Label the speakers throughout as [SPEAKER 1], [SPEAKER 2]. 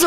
[SPEAKER 1] é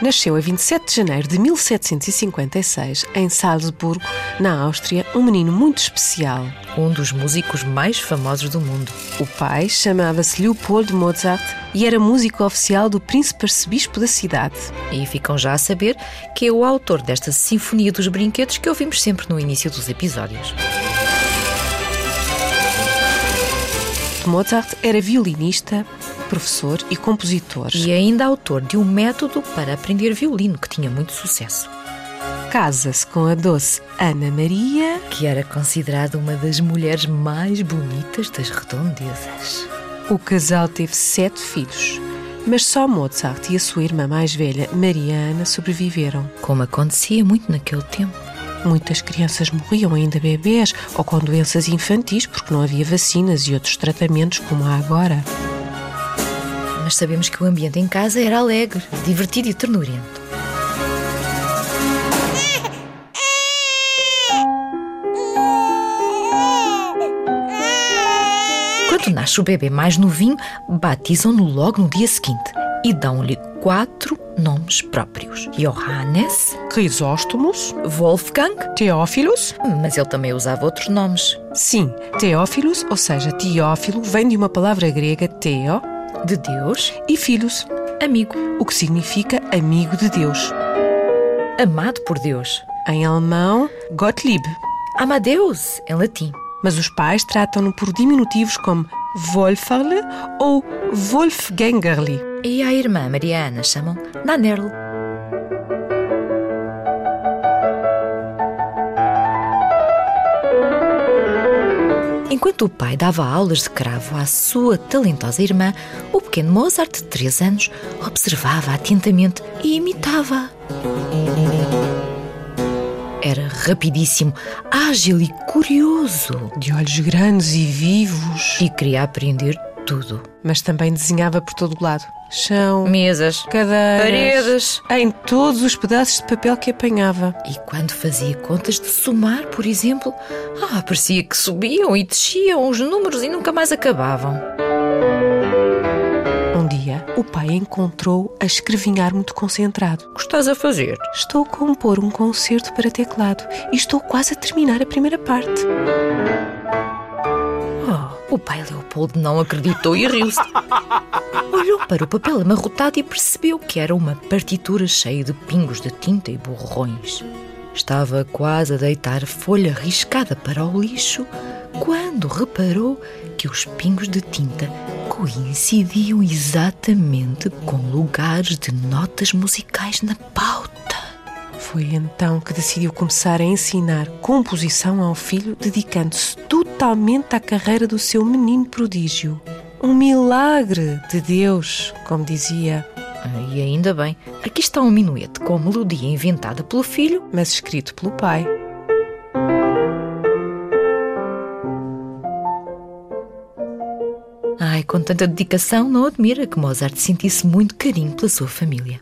[SPEAKER 2] Nasceu a 27 de janeiro de 1756 em Salzburgo, na Áustria, um menino muito especial.
[SPEAKER 3] um dos músicos mais famosos do mundo.
[SPEAKER 2] O pai chamava-se Leopold Mozart e era músico oficial do príncipe arcebispo da cidade.
[SPEAKER 3] E ficam já a saber que é o autor desta Sinfonia dos Brinquedos que ouvimos sempre no início dos episódios.
[SPEAKER 2] Mozart era violinista, professor e compositor.
[SPEAKER 3] E é ainda autor de um método para aprender violino que tinha muito sucesso,
[SPEAKER 2] Casa-se com a doce Ana Maria
[SPEAKER 3] que era considerada uma das mulheres mais bonitas das redondezas.
[SPEAKER 2] O casal teve sete filhos, mas só Mozart e a sua irmã mais velha, Maria Ana, sobreviveram.
[SPEAKER 3] Como acontecia muito naquele tempo.
[SPEAKER 2] Muitas crianças morriam ainda bebês ou com doenças infantis porque não havia vacinas e outros tratamentos como há agora.
[SPEAKER 3] Mas sabemos que o ambiente em casa era alegre, divertido e ternurento. Quando nasce o bebê mais novinho, batizam-no logo no dia seguinte e dão-lhe quatro nomes próprios: Johannes,
[SPEAKER 2] Crisóstomos,
[SPEAKER 3] Wolfgang,
[SPEAKER 2] Teófilos?
[SPEAKER 3] mas ele também usava outros nomes.
[SPEAKER 2] Sim, Teófilos, ou seja, Teófilo, vem de uma palavra grega teo
[SPEAKER 3] De Deus,
[SPEAKER 2] e filhos,
[SPEAKER 3] amigo,
[SPEAKER 2] o que significa amigo de Deus.
[SPEAKER 3] amado por Deus.
[SPEAKER 2] Em alemão, Gottlieb,
[SPEAKER 3] Amadeus, em latim.
[SPEAKER 2] mas os pais tratam-no por diminutivos como Wolferle ou Wolfgangerli.
[SPEAKER 3] E a irmã Mariana chamam Nanerl. Enquanto o pai dava aulas de cravo à sua talentosa irmã, o pequeno Mozart, de 3 anos, observava atentamente e imitava. Era rapidíssimo, ágil e curioso.
[SPEAKER 2] De olhos grandes e vivos,
[SPEAKER 3] E queria aprender tudo.
[SPEAKER 2] mas também desenhava por todo o lado. Chão,
[SPEAKER 3] Mesas,
[SPEAKER 2] cadeiras,
[SPEAKER 3] paredes,
[SPEAKER 2] em todos os pedaços de papel que apanhava.
[SPEAKER 3] E quando fazia contas de somar, por exemplo, ah, parecia que subiam e desciam os números e nunca mais acabavam.
[SPEAKER 2] Um dia, o pai encontrou a escrevinhar muito concentrado.
[SPEAKER 3] O que estás a fazer?
[SPEAKER 2] Estou a compor um concerto para teclado e estou quase a terminar a primeira parte.
[SPEAKER 3] Oh, o pai Leopoldo não acreditou e riu-se. Olhou para o papel amarrotado e percebeu que era uma partitura cheia de pingos de tinta e borrões. Estava quase a deitar folha riscada para o lixo quando reparou que os pingos de tinta coincidiam exatamente com lugares de notas musicais na pauta.
[SPEAKER 2] Foi então que decidiu começar a ensinar composição ao filho, dedicando-se totalmente à carreira do seu menino prodígio. Um milagre de Deus, como dizia,
[SPEAKER 3] Ah, E ainda bem, aqui está um minuete com a melodia inventada pelo filho
[SPEAKER 2] mas escrito pelo pai.
[SPEAKER 3] Ai, com tanta dedicação, não admira que Mozart sentisse muito carinho pela sua família.